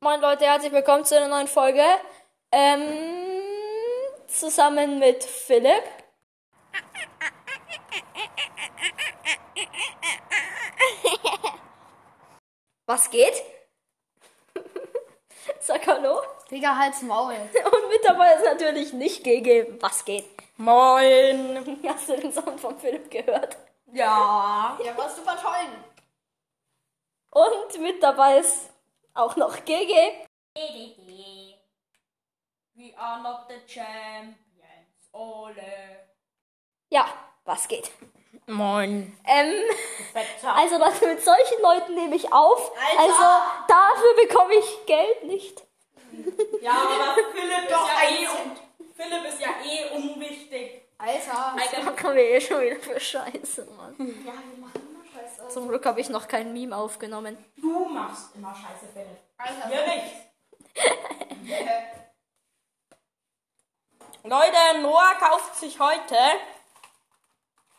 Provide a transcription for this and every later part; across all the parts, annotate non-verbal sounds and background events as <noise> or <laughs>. Moin Leute, herzlich willkommen zu einer neuen Folge. Ähm, zusammen mit Philipp. Was geht? <laughs> Sag hallo. Digga, halt's Maul. Und mit dabei ist natürlich nicht GG. Was geht? <laughs> Moin! Hast du den Sound von Philipp gehört? Ja. Ja, was du vertollen. Und mit dabei ist auch noch GG. We are not the champions, Ole. Ja, was geht? Moin. Ähm, Wetter. also Leute, mit solchen Leuten nehme ich auf. Alter! Also dafür bekomme ich Geld nicht. Ja, aber Philipp Doch, ist ja eh ein un Philipp ist ja eh unwichtig. Alter. Das machen wir eh schon wieder für Scheiße, Mann. Ja, wir machen immer Scheiße. Zum Glück habe ich noch kein Meme aufgenommen. Du machst immer Scheiße, Philipp. Alter. Wir nicht. Äh. Leute, Noah kauft sich heute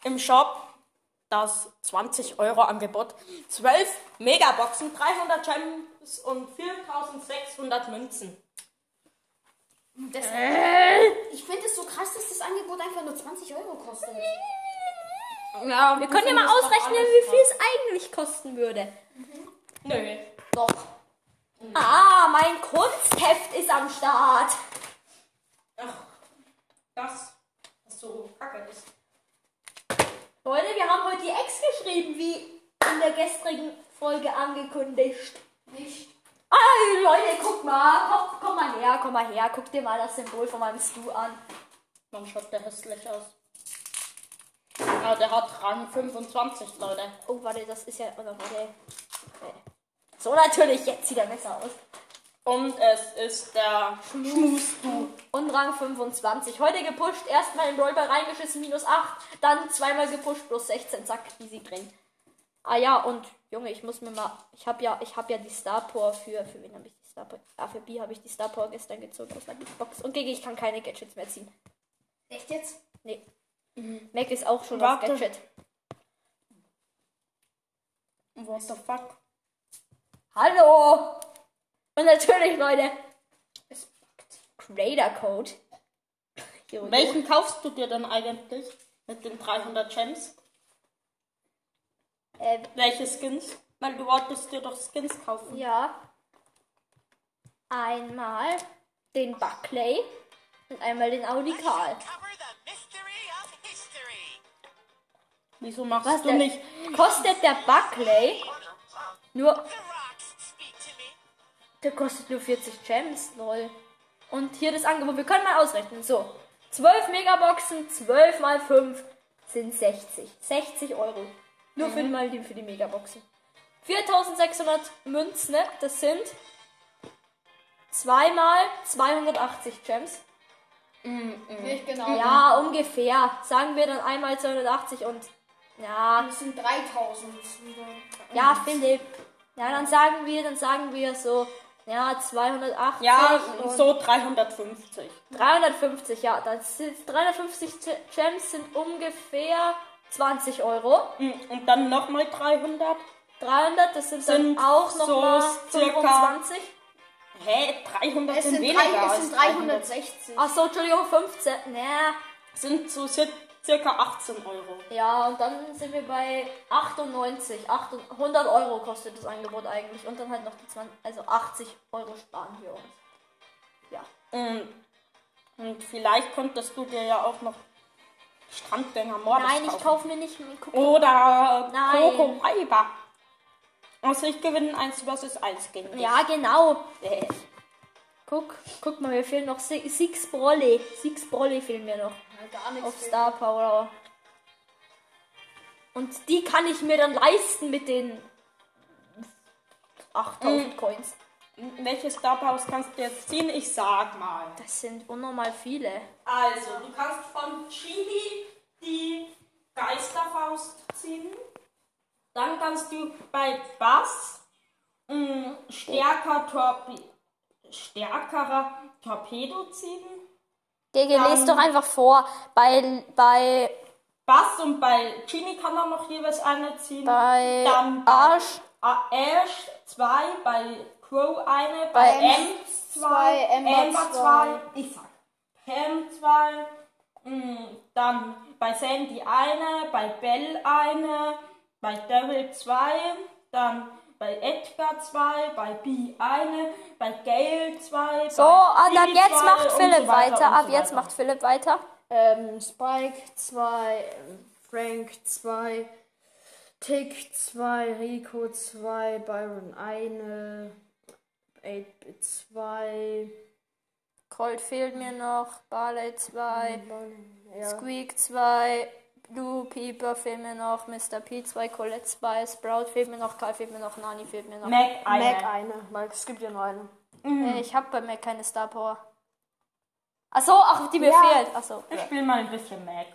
im Shop das 20 Euro Angebot. 12 Megaboxen, 300 Gems und 4600 Münzen. Das, ich finde es so krass, dass das Angebot einfach nur 20 Euro kostet. Ja, Wir können ja mal ausrechnen, wie viel es eigentlich kosten würde. Nö. Doch. Ah, mein Kunstheft ist am Start. Ach, das, was so kacke ist. Leute, wir haben heute die Ex geschrieben, wie in der gestrigen Folge angekündigt. Nicht. Ah, Leute, guck mal. Komm, komm mal her, komm mal her. Guck dir mal das Symbol von meinem Stu an. Warum schaut der hässlich aus? Ah, der hat Rang 25, Leute. Oh, warte, das ist ja. Oder, warte. Nee. So, natürlich, jetzt sieht er besser aus. Und es ist der Schmusdu. Und Rang 25. Heute gepusht, erstmal im Rollball reingeschissen, minus 8. Dann zweimal gepusht, plus 16. Zack, easy drin. Ah ja, und Junge, ich muss mir mal. Ich habe ja, ich hab ja die Star Power für. Für wen habe ich die Star Power? Ah, für B habe ich die Star Power gestern gezogen aus meiner Box. Und gegen ich kann keine Gadgets mehr ziehen. Echt jetzt? Nee. Mac ist auch schon Mhm. Warte. auf Gadget. What the fuck? Hallo! Und natürlich, Leute. Creator Code. <laughs> Jojo. Welchen kaufst du dir denn eigentlich? Mit den 300 Gems? Äh, Welche Skins? Weil du wolltest dir doch Skins kaufen. Ja. Einmal den Buckley und einmal den Audi Karl. Cover the mystery of history. Wieso machst Was du denn? nicht? Kostet der Buckley nur. The rocks speak to me. Der kostet nur 40 Gems, lol. Und hier das Angebot. Wir können mal ausrechnen. So. 12 Megaboxen, 12 mal 5 sind 60. 60 Euro. Nur für, Mhm. mal die, für die Megaboxen. 4600 Münzen, ne? Das sind 2 mal 280 Gems. Nicht genau. Ja, ungefähr. Sagen wir dann einmal 280 und. Ja, Das sind 3000. ja, Philipp. Ja, dann sagen wir, dann sagen wir so, ja, 280. Ja, und so 350. 350, ja. Das sind 350 Ge- Gems sind ungefähr 20 Euro. Mm, Und dann nochmal 300. 300, das sind, Sind dann auch so nochmal circa- 25. Hä? 300 Es sind, sind, weniger drei, es als sind 300. 360. Ach so, Entschuldigung, 15. Na, Sind so cir- circa 18 Euro. ja, und dann sind wir bei 98. 800 100 Euro kostet das Angebot eigentlich. Und dann halt noch die 20, also 80 Euro sparen wir uns. Ja. Und, und vielleicht könntest du dir ja auch noch Stranddänger Mordes Nein, ich kaufen. Oh. kaufe mir nicht. Guck, Oder Nein. Coco Weiber. Also ich gewinne 1 vs 1 gegen dich. Ja, genau. Äh, Guck, guck mal, mir fehlen noch Si- Six Broly. Six Broly fehlen mir noch. Ja, Gar nichts. auf Star Power. Und die kann ich mir dann leisten mit den 8000 Coins. Welche Star Powers kannst du jetzt ziehen? Ich sag mal. Das sind unnormal viele. Also, du kannst von Chili die Geisterfaust ziehen. Dann kannst du bei Bass mh, stärker Torpe stärkerer Torpedo ziehen. Digga, lest doch einfach vor. Bei, bei, Bass und bei Chili kann man noch jeweils eine ziehen. bei Dann bei Arsch. A- Ash 2, Ah, bei Crow eine, Bei bei M M 2, Ember 2, Ich sag. Pam 2, mm, dann bei Sandy eine, bei Bell eine, bei Daryl 2, dann bei Edgar 2, bei B eine, bei Gail 2. So, und ab Oh, ah, jetzt macht Philipp weiter. Ab jetzt macht Philipp weiter. Ähm, Spike 2, ähm, Frank 2, Tick 2, Rico 2, Byron 1, 8-Bit 2, Colt fehlt mir noch. Barley 2. ja. Squeak 2, Blue Peeper fehlt mir noch, Mr. P 2, Colette 2, Sprout fehlt mir noch, Karl fehlt mir noch, Nani fehlt mir noch. Mac eine. Hm, Mac eine, Mac, es gibt ja noch eine. Äh, ich hab bei mir keine Star Power. Achso, ach, die mir Ja. fehlt. Achso. Ich spiele mal ein bisschen Mac.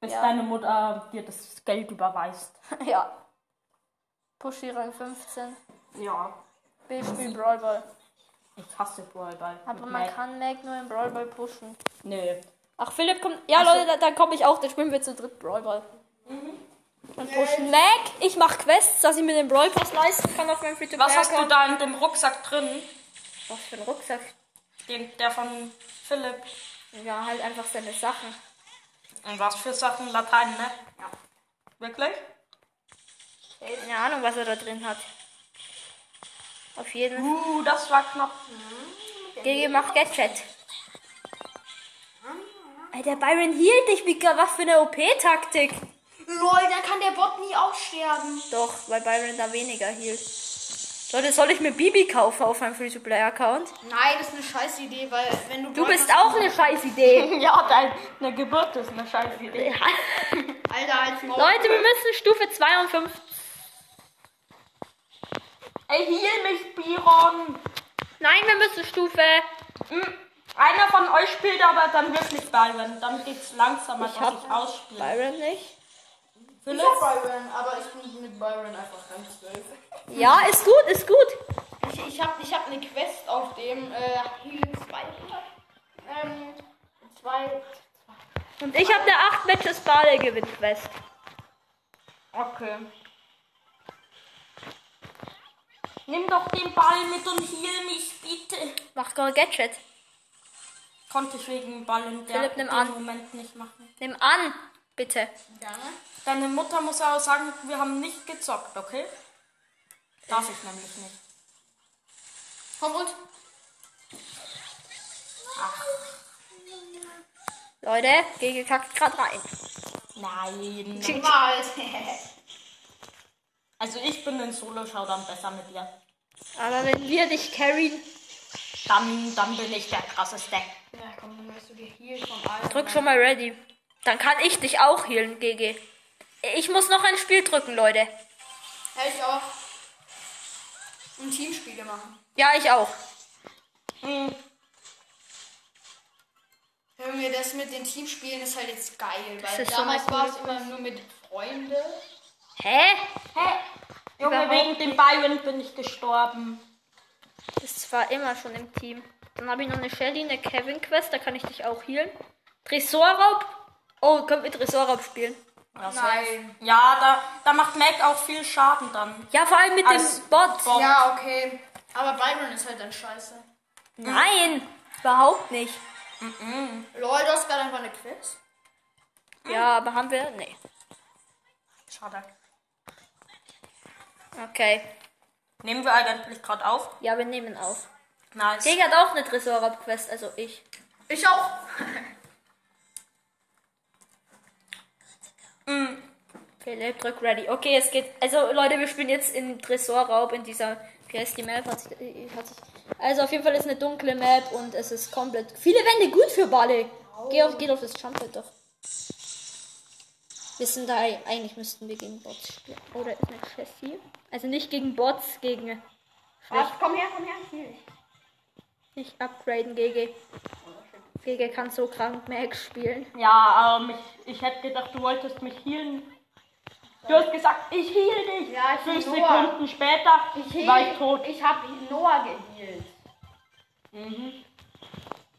Bis Ja. deine Mutter dir das Geld überweist. <laughs> ja. Pushy Rang 15. Ja. B spielt Brawl Ball. Ich hasse Brawlball. Aber mit man Mac. kann Mac nur im Brawl Ball pushen. Nee. Ach, Philipp kommt. Ja, Leute, da, da komme ich auch. Dann spielen wir zu dritt Brawl Ball. Mhm. Und pushen Mac. Ich mach Quests, dass ich mir den Brawl Pass leisten kann auf meinem free to Was hast du da in dem Rucksack drin? Was für ein Rucksack? Den, der von Philipp. Ja, halt einfach seine Sachen. Und was für Sachen? Latein, ne? Ja. Wirklich? Keine Ahnung, was er da drin hat. Auf jeden Fall. Uh, das war knapp. GG macht Gadget. Alter, Byron hielt dich, Mika. Was für eine OP-Taktik. Lol, dann kann der Bot nie auch sterben. Doch, weil Byron da weniger hielt. Leute, soll ich mir Bibi kaufen auf meinem Free-to-Play-Account? Nein, das ist eine scheiß Idee, weil wenn du. Du bist auch eine scheiß <laughs> <laughs> Idee. <laughs> Ja, deine Geburt ist eine scheiß Idee. Alter, halt Maul. Leute, wir müssen Stufe 52. Ey, heal mich, Biron. Nein, wir müssen Stufe. Hm, Einer von euch spielt aber dann wirklich Byron. Dann geht's langsamer, Ich dass hab- ich ausspiele. Byron nicht? Ich hab Byron, aber ich bin mit Byron einfach ganz zwölf. Ja, ist gut, ist gut. Ich, ich habe ich hab eine Quest auf dem äh, Heal 200. Ähm, zwei. Und ich habe eine 8 Matches Bale gewinnt Quest. Okay. Nimm doch den Ball mit und heal mich, bitte. Mach Go Gadget. Konnte ich wegen dem Ball in der Philipp, nimm dem an. Moment nicht machen. Nimm an, bitte. Deine Mutter muss auch sagen, wir haben nicht gezockt, okay? Darf ich nämlich nicht. Komm und. Leute, Gege kackt gerade rein. Nein. Mal. <laughs> Also ich bin in Solo-Showdown besser mit dir. Aber wenn wir dich carryen, Dann, dann bin ich der krasseste. Na komm, dann hast du dir Heal vom Alter. drück schon mal ready. Dann kann ich dich auch healen, GG. Ich muss noch ein Spiel drücken, Leute. Ja, ich auch. Und Teamspiele machen. Ja, ich auch. Hm, Hör mir, das mit den Teamspielen ist halt jetzt geil, weil ist so damals eine war es immer nur mit Freunde. Hä? Hä? Junge, Überhaupt wegen dem Byron bin ich gestorben. Das war immer schon im Team. Dann habe ich noch eine Shelly, eine Kevin-Quest, da kann ich dich auch healen. Tresorraub? Oh, können wir Tresorraub spielen? Also, Nein. Ja, da, da macht Mac auch viel Schaden dann. Ja, vor allem mit Als dem Bot. Bot. Ja, okay. Aber Byron ist halt dann scheiße. Nein, überhaupt nicht. Lol, du hast gerade einfach eine Quest. Ja, aber haben wir? Nee. Schade. Okay. Nehmen wir eigentlich gerade auf? Ja, wir nehmen auf. Nice. Gege hat auch eine Tresorraub-Quest, also ich. Ich auch. Philipp, drück ready. Okay, es geht. Also, Leute, wir spielen jetzt im Tresorraub in dieser. Wie heißt die Map? Hat sich, äh, hat sich, also, auf jeden Fall ist eine dunkle Map und es ist komplett. Viele Wände gut für Bale. Geh auf, geht auf das Trumpet doch. Wir sind da. Eigentlich müssten wir gegen Bots spielen. Oder ist eine Jessie? Also, nicht gegen Bots, gegen. äh, Ach, komm her, komm her. Hier. Nicht upgraden, GG. GG kann so krank Mag spielen. Ja, ähm, ich, ich hätte gedacht, du wolltest mich healen. Du hast gesagt, ich heal dich. Ja, ich Fünf bin Noah. Sekunden später war ich tot. Ich hab Noah gehealt.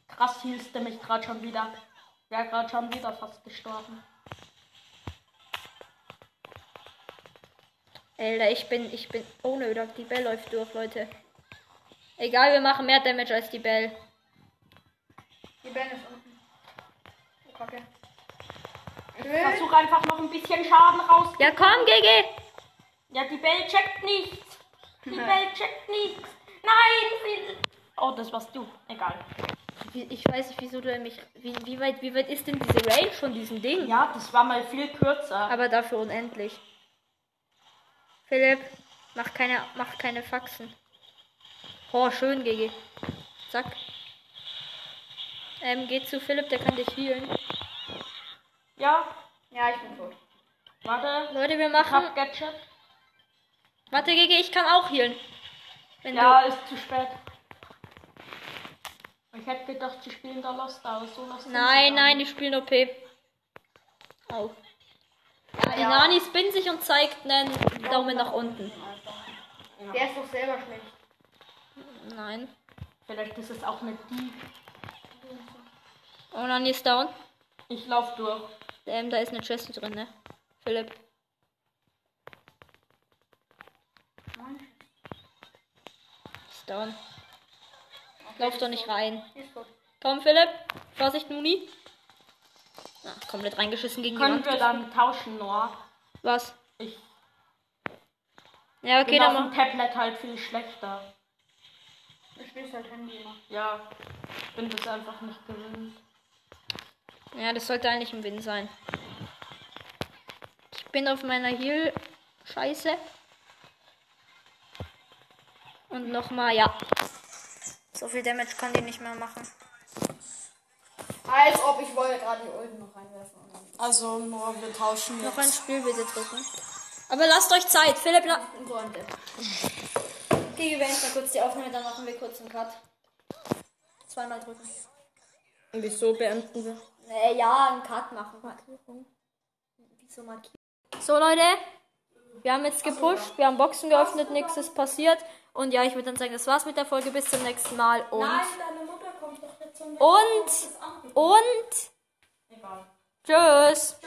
Krass healst du mich gerade schon wieder. Wäre gerade schon wieder fast gestorben. Alter, ich bin, ich bin. Oh nö, da- die Bell läuft durch, Leute. Egal, wir machen mehr Damage als die Bell. Die Band ist unten. Oh, Kacke. Versuch einfach noch ein bisschen Schaden raus. Ja, komm, GG. Ja, die Bell checkt nichts. Die Bell checkt nichts. Nein, sie... Oh, das warst du. Egal. Wie- Ich weiß nicht, wieso du mich. Wie, wie, weit, wie weit ist denn diese Range von diesem Ding? Ja, das war mal viel kürzer. Aber dafür unendlich. Philipp, mach keine, mach keine Faxen. Oh, schön, GG. Zack. Ähm, geh zu Philipp, der kann dich healen. Ja, Ja, ich bin tot. warte. Leute, wir Ich machen. hab Gadget. Warte, GG, ich kann auch healen. Wenn Ja, du. ist zu spät. Ich hätte gedacht, sie spielen da Lost aus. So was Nein, nein, die spielen OP. Au. die Nani spinnt sich und zeigt einen Daumen nach unten. Der ist doch selber schlecht. Nein. Vielleicht ist es auch nicht die. Oh, Nani ist down. Ich lauf durch. Ähm, da ist eine Chest drin, ne? Philipp. Ist down. Lauf doch nicht rein. Ist tot. Komm, Philipp. Vorsicht, Nuni. Ah, komplett reingeschissen gegen Können die wir Wand. dann tauschen, Noah? Was? Ich Ja, okay, bin auf dann mach. dem Tablet halt viel schlechter. Du spielst halt Handy immer. Ja, ich bin das einfach nicht gewöhnt. Ja, das sollte eigentlich ein Win sein. Ich bin auf meiner Heal-Scheiße. Und nochmal, ja. So viel Damage kann die nicht mehr machen. Als ob ich wollte gerade die Ulten noch reinwerfen. und dann- Also, Noah, wir tauschen Noch ein Spiel bitte drücken. Aber lasst euch Zeit. Philipp, la Und so ein Depp. Okay, wir beenden mal kurz die Aufnahme, dann machen wir kurz einen Cut. zweimal drücken. Wieso beenden wir? Äh, ja, einen Cut machen. Markierung. Wieso markieren? So, Leute. Wir haben jetzt gepusht, wir haben Boxen geöffnet, nichts ist passiert. Und ja, ich würde dann sagen, das war's mit der Folge. Bis zum nächsten Mal. Und. deine Mutter kommt doch jetzt zum und. Und. Tschüss.